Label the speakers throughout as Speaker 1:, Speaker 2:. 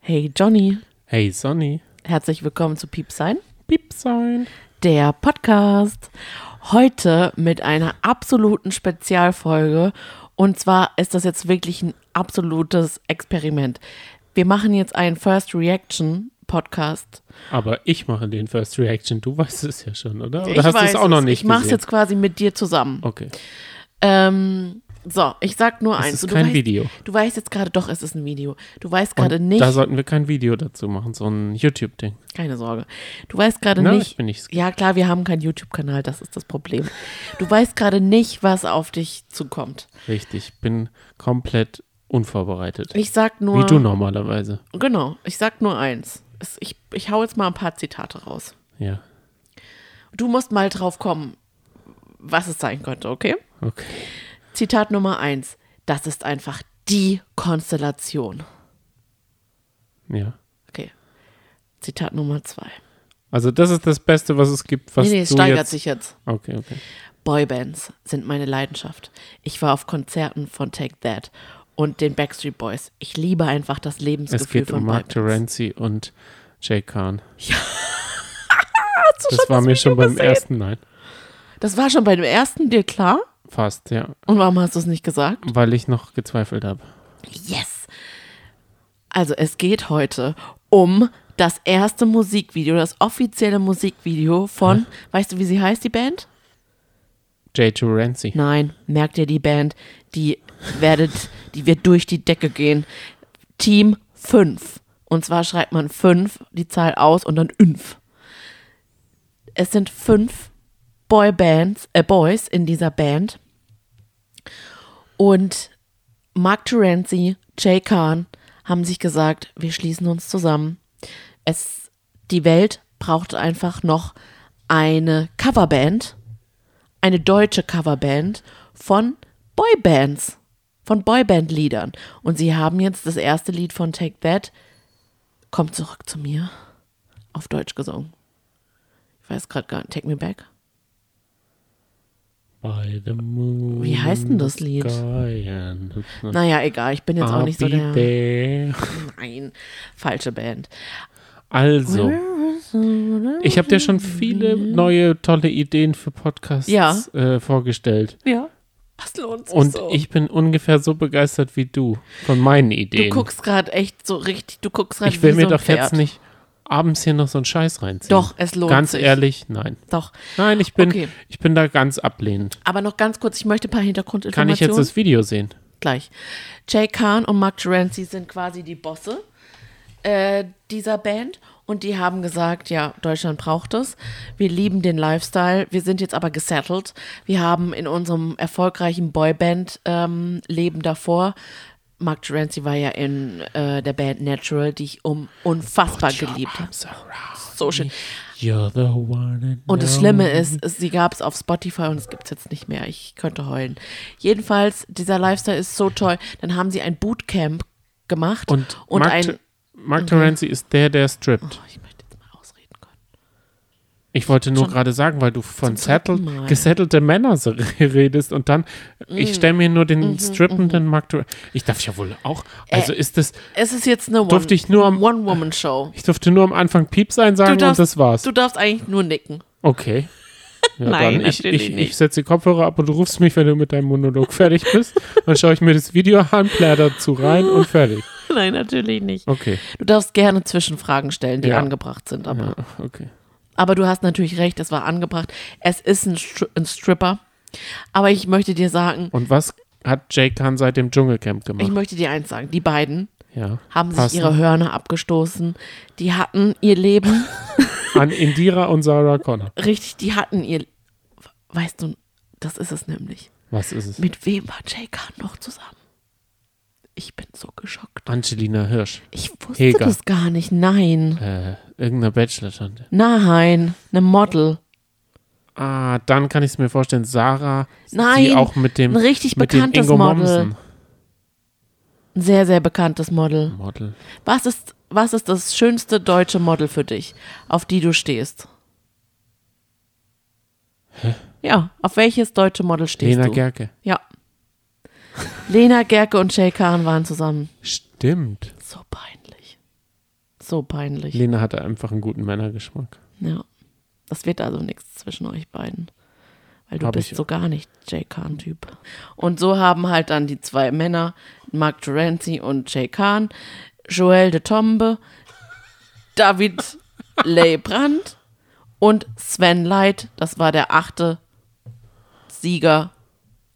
Speaker 1: Hey Johnny,
Speaker 2: Hey Sonny.
Speaker 1: herzlich willkommen zu Piep sein,
Speaker 2: Piep sein.
Speaker 1: der Podcast. Heute mit einer absoluten Spezialfolge und zwar ist das jetzt wirklich ein absolutes Experiment. Wir machen jetzt einen First Reaction Podcast.
Speaker 2: Aber ich mache den First Reaction. Du weißt es ja schon, oder? Oder
Speaker 1: Ich
Speaker 2: Oh, hast du
Speaker 1: weiß
Speaker 2: es auch noch nicht
Speaker 1: Ich mache es
Speaker 2: gesehen? Oh.
Speaker 1: jetzt quasi mit dir zusammen.
Speaker 2: Okay.
Speaker 1: Ähm, so, ich sag nur eins.
Speaker 2: ist
Speaker 1: Und
Speaker 2: kein
Speaker 1: du weißt,
Speaker 2: Video.
Speaker 1: Du weißt jetzt gerade, doch, es ist ein Video. Du weißt gerade
Speaker 2: Und
Speaker 1: nicht,
Speaker 2: Da sollten wir kein Video dazu machen, so ein YouTube-Ding.
Speaker 1: keine Sorge. Du weißt gerade
Speaker 2: Na,
Speaker 1: nicht,
Speaker 2: ich bin nicht skeptisch.
Speaker 1: Ja, klar, wir haben keinen YouTube-Kanal, das ist das Problem. Du weißt gerade nicht, was auf dich zukommt.
Speaker 2: Richtig, ich bin komplett unvorbereitet.
Speaker 1: Ich sag nur.
Speaker 2: Wie du normalerweise.
Speaker 1: Genau, ich sag nur eins. Es- Ich, ich hau jetzt mal ein paar Zitate raus.
Speaker 2: Ja,
Speaker 1: Du musst mal drauf kommen, was es sein könnte, okay?
Speaker 2: okay.
Speaker 1: Zitat Nummer eins. Das ist einfach die Konstellation.
Speaker 2: Ja.
Speaker 1: Okay. Zitat Nummer zwei.
Speaker 2: Also das ist das Beste, was es gibt, was
Speaker 1: nee, nee, es
Speaker 2: du
Speaker 1: steigert
Speaker 2: jetzt...
Speaker 1: sich jetzt.
Speaker 2: Okay, okay.
Speaker 1: Boybands sind meine Leidenschaft. Ich war auf Konzerten von Take That und den Backstreet Boys. Ich liebe einfach das
Speaker 2: Es
Speaker 1: Lebensgefühl
Speaker 2: geht
Speaker 1: von
Speaker 2: um Mark
Speaker 1: Boybands.
Speaker 2: Terenzi und Jay Khan.
Speaker 1: Hast du
Speaker 2: Das war
Speaker 1: das
Speaker 2: mir
Speaker 1: Video
Speaker 2: schon beim
Speaker 1: gesehen?
Speaker 2: ersten Nein.
Speaker 1: Das war schon bei dem ersten dir klar?
Speaker 2: Fast, ja.
Speaker 1: Und warum hast du es nicht gesagt?
Speaker 2: Weil ich noch gezweifelt habe.
Speaker 1: Yes! Also es geht heute um das erste Musikvideo, das offizielle Musikvideo von, weißt du, wie sie heißt, die Band?
Speaker 2: Jay Terenzi.
Speaker 1: Nein, merkt ihr die Band, die werdet, die wird durch die Decke gehen. Team 5. Und zwar schreibt man 5, die Zahl aus und dann 5. Es sind fünf Boybands, äh Boys in dieser Band. Und Mark Terenzi, Jay Kahn haben sich gesagt, wir schließen uns zusammen. Es, die Welt braucht einfach noch eine Coverband eine deutsche Coverband von Boybands, von Boyband-Liedern. Und sie haben jetzt das erste Lied von Take That, Komm zurück zu mir, auf Deutsch gesungen. Ich weiß gerade gar nicht, Take Me Back.
Speaker 2: By the moon.
Speaker 1: Wie heißt denn das Lied?
Speaker 2: Sky and
Speaker 1: Naja, egal, ich bin jetzt auch
Speaker 2: I'll
Speaker 1: nicht so
Speaker 2: be
Speaker 1: der...
Speaker 2: there.
Speaker 1: Nein, falsche Band.
Speaker 2: Also, ich habe dir schon viele neue tolle Ideen für Podcasts
Speaker 1: Ja.
Speaker 2: äh, vorgestellt.
Speaker 1: Ja, das lohnt sich
Speaker 2: Und
Speaker 1: so.
Speaker 2: ich bin ungefähr so begeistert wie du von meinen
Speaker 1: du
Speaker 2: Ideen.
Speaker 1: guckst gerade echt so richtig, du guckst gerade
Speaker 2: ich will
Speaker 1: wie
Speaker 2: mir
Speaker 1: so ein
Speaker 2: doch
Speaker 1: Pferd.
Speaker 2: jetzt nicht abends hier noch so einen Scheiß reinziehen.
Speaker 1: Doch, es lohnt
Speaker 2: Ganz
Speaker 1: sich.
Speaker 2: ehrlich, nein.
Speaker 1: Doch,
Speaker 2: Nein, ich bin,
Speaker 1: Okay.
Speaker 2: ich bin da ganz ablehnend.
Speaker 1: aber noch ganz kurz, ich möchte ein paar Hintergrundinformationen.
Speaker 2: Kann ich jetzt das Video sehen?
Speaker 1: gleich. Jay Kahn und Mark Terenzi sind quasi die Bosse äh, dieser Band und die haben gesagt, ja, Deutschland braucht es. Wir lieben den Lifestyle. Wir sind jetzt aber gesettelt. Wir haben in unserem erfolgreichen Boyband-Leben davor Mark Terenzi war ja in äh, der Band Natural, die ich um unfassbar geliebt habe. So schön.
Speaker 2: You're the one and
Speaker 1: Und das
Speaker 2: only.
Speaker 1: Schlimme ist, es- sie gab es auf Spotify und es gibt es jetzt nicht mehr. Ich könnte heulen. Jedenfalls, dieser Lifestyle ist so toll. Dann haben sie ein Bootcamp gemacht
Speaker 2: Und,
Speaker 1: und
Speaker 2: Mark,
Speaker 1: ein. Mhm. Oh,
Speaker 2: Te- Mark Terenzi ist der, der strippt.
Speaker 1: Ich möchte jetzt mal ausreden können.
Speaker 2: Ich wollte nur gerade sagen, weil du von
Speaker 1: dritten
Speaker 2: settled,
Speaker 1: Mal. Mhm.
Speaker 2: gesettelte Männern so redest und dann, ich stelle mir nur den strippenden Mark Terenzi. Ich darf ja wohl auch.
Speaker 1: Äh.
Speaker 2: Also ist das,
Speaker 1: Es ist jetzt eine
Speaker 2: Durfte ich nur am-
Speaker 1: One-Woman-Show.
Speaker 2: ich durfte nur am Anfang Piep sein sagen und das war's.
Speaker 1: Du darfst eigentlich nur nicken.
Speaker 2: okay. Ja,
Speaker 1: Nein,
Speaker 2: dann ich,
Speaker 1: natürlich
Speaker 2: ich,
Speaker 1: nicht.
Speaker 2: ich setze die Kopfhörer ab und du rufst mich, wenn du mit deinem Monolog fertig bist. Dann schaue ich mir das Video an, plär dazu rein und fertig.
Speaker 1: Nein, natürlich nicht.
Speaker 2: Okay.
Speaker 1: Du darfst gerne Zwischenfragen stellen, die
Speaker 2: Ja.
Speaker 1: angebracht sind. Aber,
Speaker 2: Ja, okay.
Speaker 1: aber du hast natürlich recht, es war angebracht. Es ist ein, Stri ein Stripper. Aber ich möchte dir sagen,
Speaker 2: Und was hat Jake Khan seit dem Dschungelcamp
Speaker 1: ich
Speaker 2: gemacht?
Speaker 1: möchte dir eins sagen, die beiden
Speaker 2: ja.
Speaker 1: haben sich
Speaker 2: Passen.
Speaker 1: ihre Hörner abgestoßen. Die hatten ihr Leben,
Speaker 2: An Indira und Sarah Connor.
Speaker 1: richtig, die hatten ihr. Weißt du, das ist es nämlich.
Speaker 2: Was ist es?
Speaker 1: Mit wem war Jay Khan noch zusammen? Ich bin so geschockt.
Speaker 2: Angelina Hirsch.
Speaker 1: Ich wusste
Speaker 2: Heger.
Speaker 1: das gar nicht. Nein.
Speaker 2: Äh, irgendeine Bachelor-Tante.
Speaker 1: Nein. Eine Model.
Speaker 2: Ah, dann kann ich es mir vorstellen. Sarah,
Speaker 1: Nein,
Speaker 2: die auch mit dem
Speaker 1: ein richtig
Speaker 2: mit dem
Speaker 1: bekanntes
Speaker 2: Ingo
Speaker 1: Model.
Speaker 2: Mommsen
Speaker 1: Ein sehr, sehr bekanntes Model.
Speaker 2: Model.
Speaker 1: Was ist, was ist das schönste deutsche Model für dich, auf die du stehst? Ja, auf welches deutsche Model stehst
Speaker 2: Lena
Speaker 1: du?
Speaker 2: Gerke.
Speaker 1: Ja. Lena Gerke und Jay Khan waren zusammen.
Speaker 2: Stimmt.
Speaker 1: So peinlich. So peinlich.
Speaker 2: Lena hatte einfach einen guten Männergeschmack.
Speaker 1: Ja. Das wird also nichts zwischen euch beiden. Weil du
Speaker 2: Hab
Speaker 1: bist
Speaker 2: ich-
Speaker 1: so gar nicht Jay Khan-Typ. Und so haben halt dann die zwei Männer, Mark Terenzi und Jay Khan, Joël de Tombe, David Leybrand und Sven Leit, das war der achte Sieger,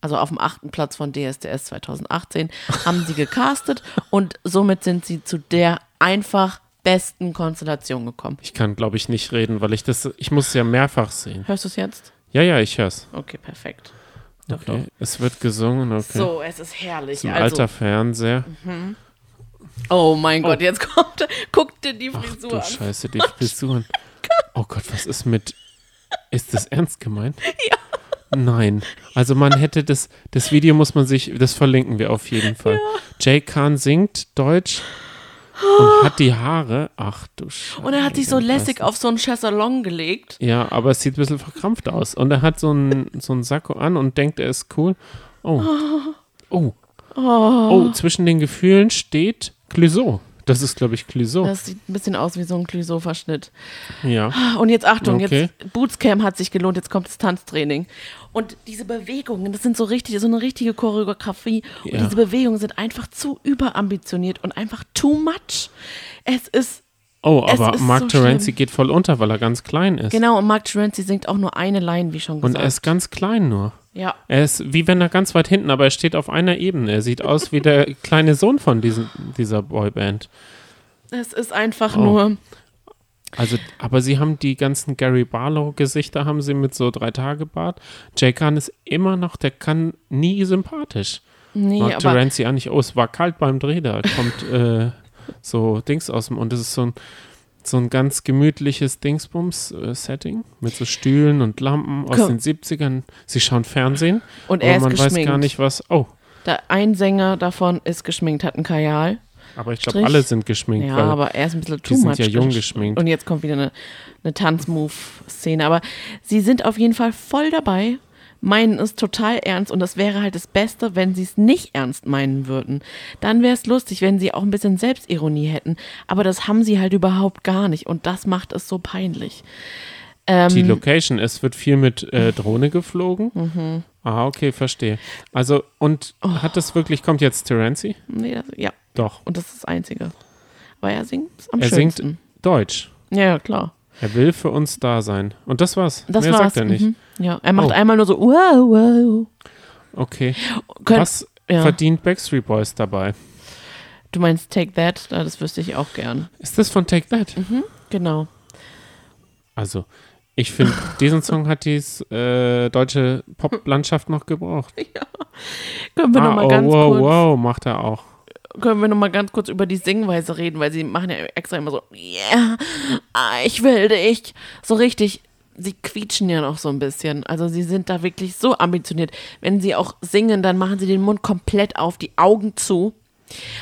Speaker 1: also auf dem achten Platz von DSDS 2018, haben sie gecastet und somit sind sie zu der einfach besten Konstellation gekommen.
Speaker 2: Ich kann, glaube ich, nicht reden, weil ich das, ich muss es ja mehrfach sehen.
Speaker 1: Hörst du es jetzt?
Speaker 2: Ja, ja, ich hör's.
Speaker 1: Okay, perfekt. Doch, doch.
Speaker 2: Okay. Es wird gesungen, okay.
Speaker 1: So, es ist herrlich.
Speaker 2: Zum
Speaker 1: also,
Speaker 2: alter Fernseher.
Speaker 1: oh mein Gott, jetzt kommt, guck dir die
Speaker 2: Ach
Speaker 1: Frisur
Speaker 2: du
Speaker 1: an.
Speaker 2: Scheiße, die Frisuren. Oh Gott, was ist mit. Ist das ernst gemeint?
Speaker 1: Ja.
Speaker 2: Nein. Also man hätte das. Das Video muss man sich. Das verlinken wir auf jeden Fall. Jay Khan singt Deutsch und hat die Haare. Ach du Scheiße.
Speaker 1: Und er hat sich so lässig auf so einen Chaisalong gelegt.
Speaker 2: Ja, aber es sieht ein bisschen verkrampft aus. Und er hat so einen, so einen Sakko an und denkt, er ist cool. Oh. Oh. Oh, zwischen den Gefühlen steht Clouseau. Das ist, glaube ich, Clouseau.
Speaker 1: Das sieht ein bisschen aus wie so ein Clouseau-Verschnitt.
Speaker 2: Ja.
Speaker 1: Und jetzt Achtung,
Speaker 2: Okay.
Speaker 1: jetzt Bootscamp hat sich gelohnt, jetzt kommt das Tanztraining. Und diese Bewegungen, das sind so richtig, so eine richtige Choreografie. Und
Speaker 2: Ja.
Speaker 1: diese Bewegungen sind einfach zu überambitioniert und einfach too much. Es ist,
Speaker 2: Oh,
Speaker 1: Es
Speaker 2: aber
Speaker 1: ist
Speaker 2: Mark
Speaker 1: so
Speaker 2: Terenzi
Speaker 1: schlimm.
Speaker 2: geht voll unter, weil er ganz klein ist.
Speaker 1: genau, und Mark Terenzi singt auch nur eine Line, wie schon
Speaker 2: Und
Speaker 1: gesagt.
Speaker 2: er ist ganz klein nur.
Speaker 1: ja.
Speaker 2: Er ist wie wenn er ganz weit hinten, aber er steht auf einer Ebene. Er sieht aus wie der kleine Sohn von diesem, dieser Boyband.
Speaker 1: Es ist einfach
Speaker 2: Oh.
Speaker 1: nur.
Speaker 2: Also, aber sie haben die ganzen Gary Barlow-Gesichter haben sie mit so drei Tage Bart. Jay Khan ist immer noch, der kann nie sympathisch.
Speaker 1: Nee,
Speaker 2: Mark
Speaker 1: aber
Speaker 2: Terenzi auch nicht. Oh, es war kalt beim Dreh, da kommt äh, so Dings aus dem und es ist so ein so ein ganz gemütliches Dingsbums-Setting mit so Stühlen und Lampen aus
Speaker 1: Komm.
Speaker 2: den 70ern. Sie schauen Fernsehen,
Speaker 1: Und
Speaker 2: aber
Speaker 1: er ist
Speaker 2: man
Speaker 1: geschminkt.
Speaker 2: weiß gar nicht was. Oh,
Speaker 1: Der ein Sänger davon ist geschminkt, hat einen Kajal.
Speaker 2: aber ich glaube,
Speaker 1: Strich.
Speaker 2: alle sind geschminkt.
Speaker 1: Ja,
Speaker 2: weil
Speaker 1: aber er ist ein bisschen too
Speaker 2: sind
Speaker 1: much.
Speaker 2: ja jung
Speaker 1: gesch-
Speaker 2: geschminkt.
Speaker 1: Und jetzt kommt wieder eine, eine Tanzmove-Szene. Aber sie sind auf jeden Fall voll dabei, meinen es total ernst. Und das wäre halt das Beste, wenn sie es nicht ernst meinen würden. Dann wäre es lustig, wenn sie auch ein bisschen Selbstironie hätten. Aber das haben sie halt überhaupt gar nicht. Und das macht es so peinlich.
Speaker 2: die
Speaker 1: mhm.
Speaker 2: Location, es wird viel mit äh, Drohne geflogen.
Speaker 1: Mhm.
Speaker 2: Ah, okay, verstehe. Also, und
Speaker 1: Oh.
Speaker 2: hat das wirklich, kommt jetzt Terenzi?
Speaker 1: Nee, das, ja,
Speaker 2: Doch.
Speaker 1: und das ist das Einzige. Weil er singt am
Speaker 2: Er singt
Speaker 1: schönsten.
Speaker 2: Deutsch.
Speaker 1: Ja, ja, klar.
Speaker 2: Er will für uns da sein. Und das war's.
Speaker 1: Das
Speaker 2: Mehr
Speaker 1: war's.
Speaker 2: sagt er nicht.
Speaker 1: Mhm. Ja, er macht
Speaker 2: Oh.
Speaker 1: einmal nur so, wow,
Speaker 2: Okay.
Speaker 1: wow. Könnt,
Speaker 2: Was
Speaker 1: ja.
Speaker 2: verdient Backstreet Boys dabei?
Speaker 1: Du meinst Take That? Ja, Das wüsste ich auch gern.
Speaker 2: Ist das von Take That?
Speaker 1: Genau.
Speaker 2: Also, ich finde, diesen Song hat die äh, deutsche Poplandschaft noch gebraucht.
Speaker 1: Können wir nochmal
Speaker 2: oh,
Speaker 1: ganz
Speaker 2: wow,
Speaker 1: kurz,
Speaker 2: wow, macht er auch.
Speaker 1: können wir noch mal ganz kurz über die Singweise reden, weil sie machen ja extra immer so, yeah, ah, ich will dich. So richtig, sie quietschen ja noch so ein bisschen. Also sie sind da wirklich so ambitioniert. Wenn sie auch singen, dann machen sie den Mund komplett auf, die Augen zu,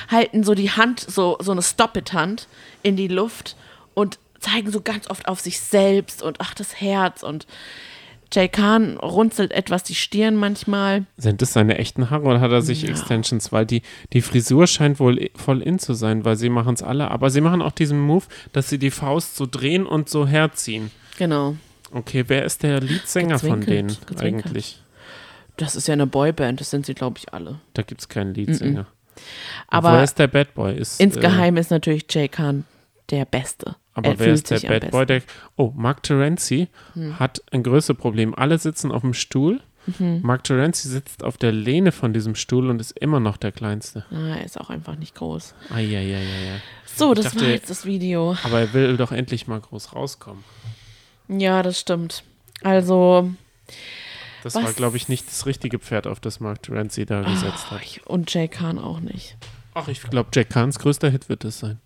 Speaker 1: halten so die Hand, so, so eine Stop-It-Hand in die Luft und zeigen so ganz oft auf sich selbst und ach, das Herz und Jay Khan runzelt etwas die Stirn manchmal.
Speaker 2: Sind das seine echten Haare oder hat er sich Extensions? Weil die, die Frisur scheint wohl i- voll in zu sein, weil sie machen es alle. Aber sie machen auch diesen Move, dass sie die Faust so drehen und so herziehen.
Speaker 1: Genau.
Speaker 2: Okay, wer ist der Leadsänger von denen
Speaker 1: Gezwinkert, gezwinkert.
Speaker 2: eigentlich?
Speaker 1: Das ist ja eine Boyband, das sind sie, glaube ich, alle.
Speaker 2: Da gibt es keinen Leadsänger.
Speaker 1: Aber
Speaker 2: wer ist der Bad Boy? Ist,
Speaker 1: Insgeheim ist natürlich Jay Khan der Beste.
Speaker 2: Aber
Speaker 1: er
Speaker 2: wer
Speaker 1: fühlt
Speaker 2: ist der
Speaker 1: sich am
Speaker 2: Bad
Speaker 1: besten. Hm.
Speaker 2: Boy? Der, oh, Mark Terenzi hat ein größeres Problem. Alle sitzen auf dem Stuhl.
Speaker 1: Mhm.
Speaker 2: Mark Terenzi sitzt auf der Lehne von diesem Stuhl und ist immer noch der Kleinste.
Speaker 1: Ah, er ist auch einfach nicht groß.
Speaker 2: Eieieiei.
Speaker 1: So, das
Speaker 2: dachte-
Speaker 1: war jetzt das Video.
Speaker 2: Aber er will doch endlich mal groß rauskommen.
Speaker 1: Ja, das stimmt. Also,
Speaker 2: Das
Speaker 1: Was?
Speaker 2: war, glaube ich, nicht das richtige Pferd, auf das Mark Terenzi da gesetzt hat.
Speaker 1: ich- und Jay Khan auch nicht.
Speaker 2: Ach, ich glaube, Jack Kahns größter Hit wird es sein.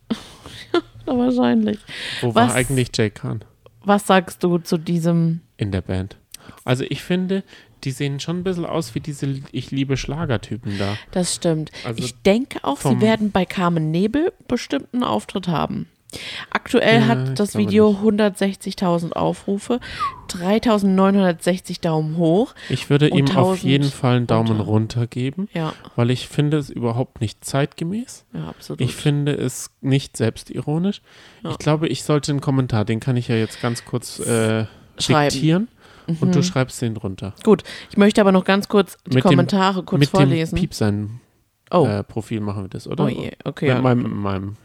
Speaker 1: Ja, wahrscheinlich.
Speaker 2: Wo
Speaker 1: Was?
Speaker 2: war eigentlich Jack Kahn?
Speaker 1: Was sagst du zu diesem?
Speaker 2: in der Band. Also ich finde, die sehen schon ein bisschen aus wie diese Ich liebe Schlagertypen da.
Speaker 1: Das stimmt.
Speaker 2: Also
Speaker 1: ich denke auch, sie
Speaker 2: vom-
Speaker 1: werden bei Carmen Nebel bestimmt einen Auftritt haben. Aktuell
Speaker 2: Ja, ich
Speaker 1: hat das
Speaker 2: glaube
Speaker 1: Video 160.000 Aufrufe, 3.960 Daumen hoch.
Speaker 2: Ich würde
Speaker 1: Und
Speaker 2: ihm auf
Speaker 1: 1000
Speaker 2: jeden Fall einen Daumen
Speaker 1: runter.
Speaker 2: runter geben,
Speaker 1: Ja,
Speaker 2: weil ich finde es überhaupt nicht zeitgemäß.
Speaker 1: ja absolut.
Speaker 2: Ich finde es nicht selbstironisch.
Speaker 1: Ja.
Speaker 2: Ich glaube, ich sollte einen Kommentar, den kann ich ja jetzt ganz kurz äh,
Speaker 1: Schreiben. Mhm.
Speaker 2: diktieren und du schreibst den runter.
Speaker 1: Gut, ich möchte aber noch ganz kurz die
Speaker 2: Mit dem-
Speaker 1: Kommentare kurz
Speaker 2: Mit
Speaker 1: vorlesen.
Speaker 2: dem Piep sein
Speaker 1: oh,
Speaker 2: äh, Profil machen wir das, oder?
Speaker 1: oh je, okay.
Speaker 2: Mit
Speaker 1: ja.
Speaker 2: meinem, mit meinem,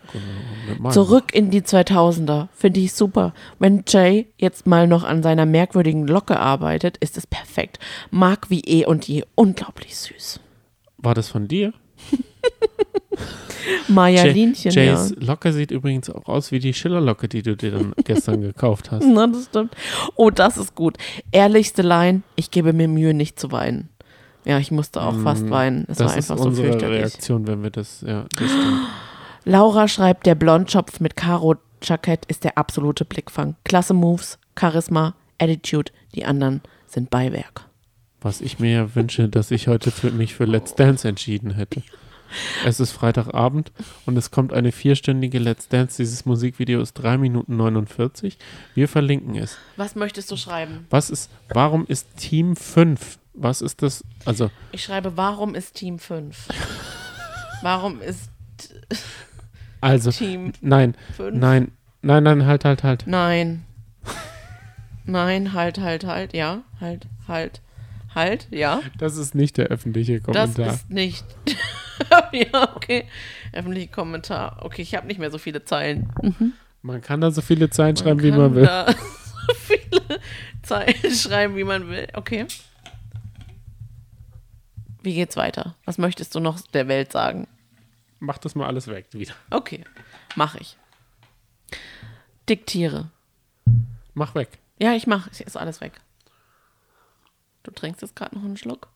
Speaker 2: mit meinem.
Speaker 1: Zurück in die 2000er, finde ich super. Wenn Jay jetzt mal noch an seiner merkwürdigen Locke arbeitet, ist es perfekt. Mag wie eh und je, unglaublich süß.
Speaker 2: War das von dir?
Speaker 1: Maya
Speaker 2: Jay-
Speaker 1: Linchen, ja.
Speaker 2: Jays Locke sieht übrigens auch aus wie die Schillerlocke, die du dir dann gestern gekauft hast.
Speaker 1: Na, das stimmt. Oh, das ist gut. Ehrlichste Line, ich gebe mir Mühe, nicht zu weinen. Ja, ich musste auch fast weinen. Es war
Speaker 2: Mm, Das ist
Speaker 1: einfach so
Speaker 2: unsere
Speaker 1: fürchterlich.
Speaker 2: Reaktion, wenn wir das, ja, das stimmt.
Speaker 1: Laura schreibt, der Blondschopf mit Karo-Jackett ist der absolute Blickfang. Klasse Moves, Charisma, Attitude, die anderen sind Beiwerk.
Speaker 2: Was ich mir ja wünsche, dass ich heute für mich für Let's Dance entschieden hätte. Es ist Freitagabend und es kommt eine vierstündige Let's Dance. Dieses Musikvideo ist 3 Minuten 49. Wir verlinken es.
Speaker 1: Was möchtest du schreiben?
Speaker 2: Was ist, warum ist Team 5? Was ist das? Also,
Speaker 1: Ich schreibe, warum ist Team 5? Warum ist
Speaker 2: also,
Speaker 1: Team
Speaker 2: nein,
Speaker 1: 5?
Speaker 2: nein, nein, nein, halt, halt, halt.
Speaker 1: Nein. Nein, halt, halt, halt, ja, halt, halt, halt, ja.
Speaker 2: Das ist nicht der öffentliche
Speaker 1: Das
Speaker 2: Kommentar.
Speaker 1: ist nicht. ja, okay. Öffentliche Kommentar. Okay, ich habe nicht mehr so viele Zeilen.
Speaker 2: Man kann da so viele Zeilen schreiben, wie
Speaker 1: kann
Speaker 2: man will.
Speaker 1: Da so viele Zeilen schreiben, wie man will. Okay. Wie geht's weiter? Was möchtest du noch der Welt sagen?
Speaker 2: Mach das mal alles weg wieder.
Speaker 1: Okay, mache ich. Diktiere.
Speaker 2: Mach weg.
Speaker 1: Ja, ich mache. Ist alles weg. Du trinkst jetzt gerade noch einen Schluck?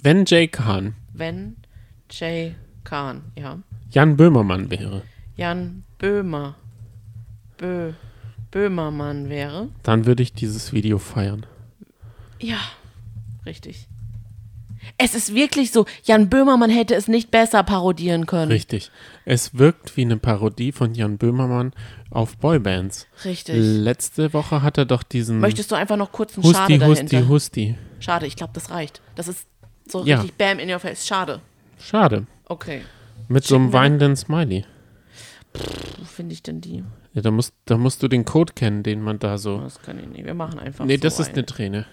Speaker 2: Wenn Jay Kahn
Speaker 1: Wenn Jay Kahn, ja.
Speaker 2: Jan Böhmermann wäre,
Speaker 1: Jan Böhmer. Bö Böhmermann wäre.
Speaker 2: dann würde ich dieses Video feiern.
Speaker 1: Ja, richtig. Es ist wirklich so, Jan Böhmermann hätte es nicht besser parodieren können.
Speaker 2: Richtig. Es wirkt wie eine Parodie von Jan Böhmermann auf Boybands.
Speaker 1: Richtig.
Speaker 2: Letzte Woche hat er doch diesen
Speaker 1: Möchtest du einfach noch kurz einen Schade
Speaker 2: Ähm, Husti, Husti,
Speaker 1: dahinter?
Speaker 2: Husti.
Speaker 1: Schade, ich glaube, das reicht. Das ist so
Speaker 2: Ja.
Speaker 1: richtig Bam in your face. Schade.
Speaker 2: Schade.
Speaker 1: Okay.
Speaker 2: Mit so einem
Speaker 1: Schicken wir-
Speaker 2: weinenden Smiley.
Speaker 1: Wo finde ich denn die? Oh,
Speaker 2: Ja, da, musst, da musst du den Code kennen, den man da so.
Speaker 1: Das kann ich nicht. Wir machen einfach
Speaker 2: nee,
Speaker 1: so
Speaker 2: das ist
Speaker 1: eine.
Speaker 2: eine Träne.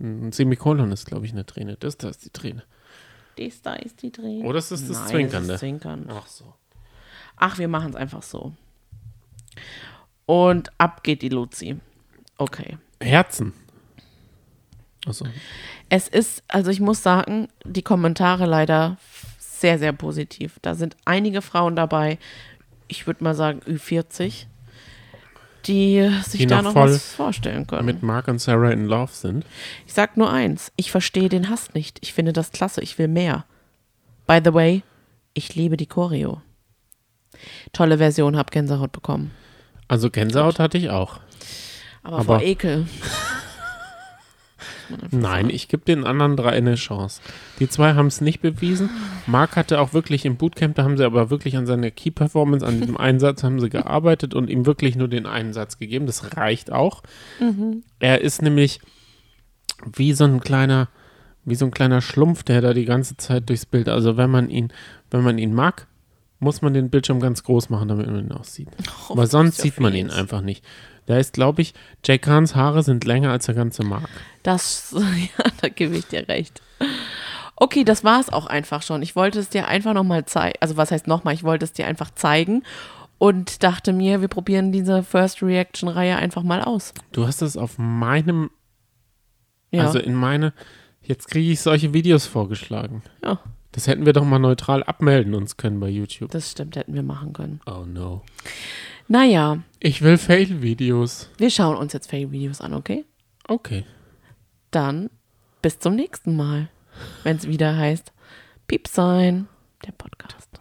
Speaker 2: Ein Semikolon ist, glaube ich, eine Träne. Das da ist die Träne.
Speaker 1: Dies, da ist die Dreh.
Speaker 2: Oh, das ist das
Speaker 1: Nein,
Speaker 2: Zwinkernde.
Speaker 1: Das ist Zwinkern.
Speaker 2: Ach so.
Speaker 1: Ach, wir machen es einfach so. Und ab geht die Luzi. Okay.
Speaker 2: Herzen. Also, Achso.
Speaker 1: Es ist, also ich muss sagen, die Kommentare leider sehr, sehr positiv. Da sind einige Frauen dabei, ich würde mal sagen Ü40, die sich
Speaker 2: Die
Speaker 1: da noch
Speaker 2: noch voll
Speaker 1: was vorstellen können.
Speaker 2: Mit Mark und Sarah in Love sind.
Speaker 1: ich sag nur eins, ich verstehe den Hass nicht. Ich finde das klasse, ich will mehr. By the way, ich liebe die Choreo. Tolle Version, hab Gänsehaut bekommen.
Speaker 2: Also Gänsehaut hatte ich auch.
Speaker 1: Aber,
Speaker 2: Aber-
Speaker 1: vor Ekel.
Speaker 2: Nein, ich gebe den anderen drei eine Chance. Die zwei haben es nicht bewiesen. Mark hatte auch wirklich im Bootcamp, da haben sie aber wirklich an seiner Key-Performance, an diesem Einsatz haben sie gearbeitet und ihm wirklich nur den einen Satz gegeben. Das reicht auch.
Speaker 1: Mhm.
Speaker 2: Er ist nämlich wie so ein kleiner, wie so ein kleiner Schlumpf, der da die ganze Zeit durchs Bild. Also wenn man ihn, wenn man ihn mag, muss man den Bildschirm ganz groß machen, damit man ihn auch sieht. Aber sonst
Speaker 1: Oh, ja
Speaker 2: sieht man ihn
Speaker 1: fies.
Speaker 2: einfach nicht. Da ist, glaube ich, Jay Kahns Haare sind länger als der ganze Mark.
Speaker 1: Das, ja, da gebe ich dir recht. Okay, das war es auch einfach schon. Ich wollte es dir einfach nochmal zeigen. Also, was heißt nochmal? Ich wollte es dir einfach zeigen und dachte mir, wir probieren diese First Reaction-Reihe einfach mal aus.
Speaker 2: Du hast es auf meinem,
Speaker 1: Ja.
Speaker 2: also in meine, jetzt kriege ich solche Videos vorgeschlagen.
Speaker 1: ja,
Speaker 2: Das hätten wir doch mal neutral abmelden uns können bei YouTube.
Speaker 1: das stimmt, hätten wir machen können.
Speaker 2: Oh no.
Speaker 1: Naja,
Speaker 2: Ich will Fail-Videos.
Speaker 1: wir schauen uns jetzt Fail-Videos an, okay?
Speaker 2: Okay.
Speaker 1: Dann bis zum nächsten Mal, wenn es wieder heißt Piep sein, der Podcast.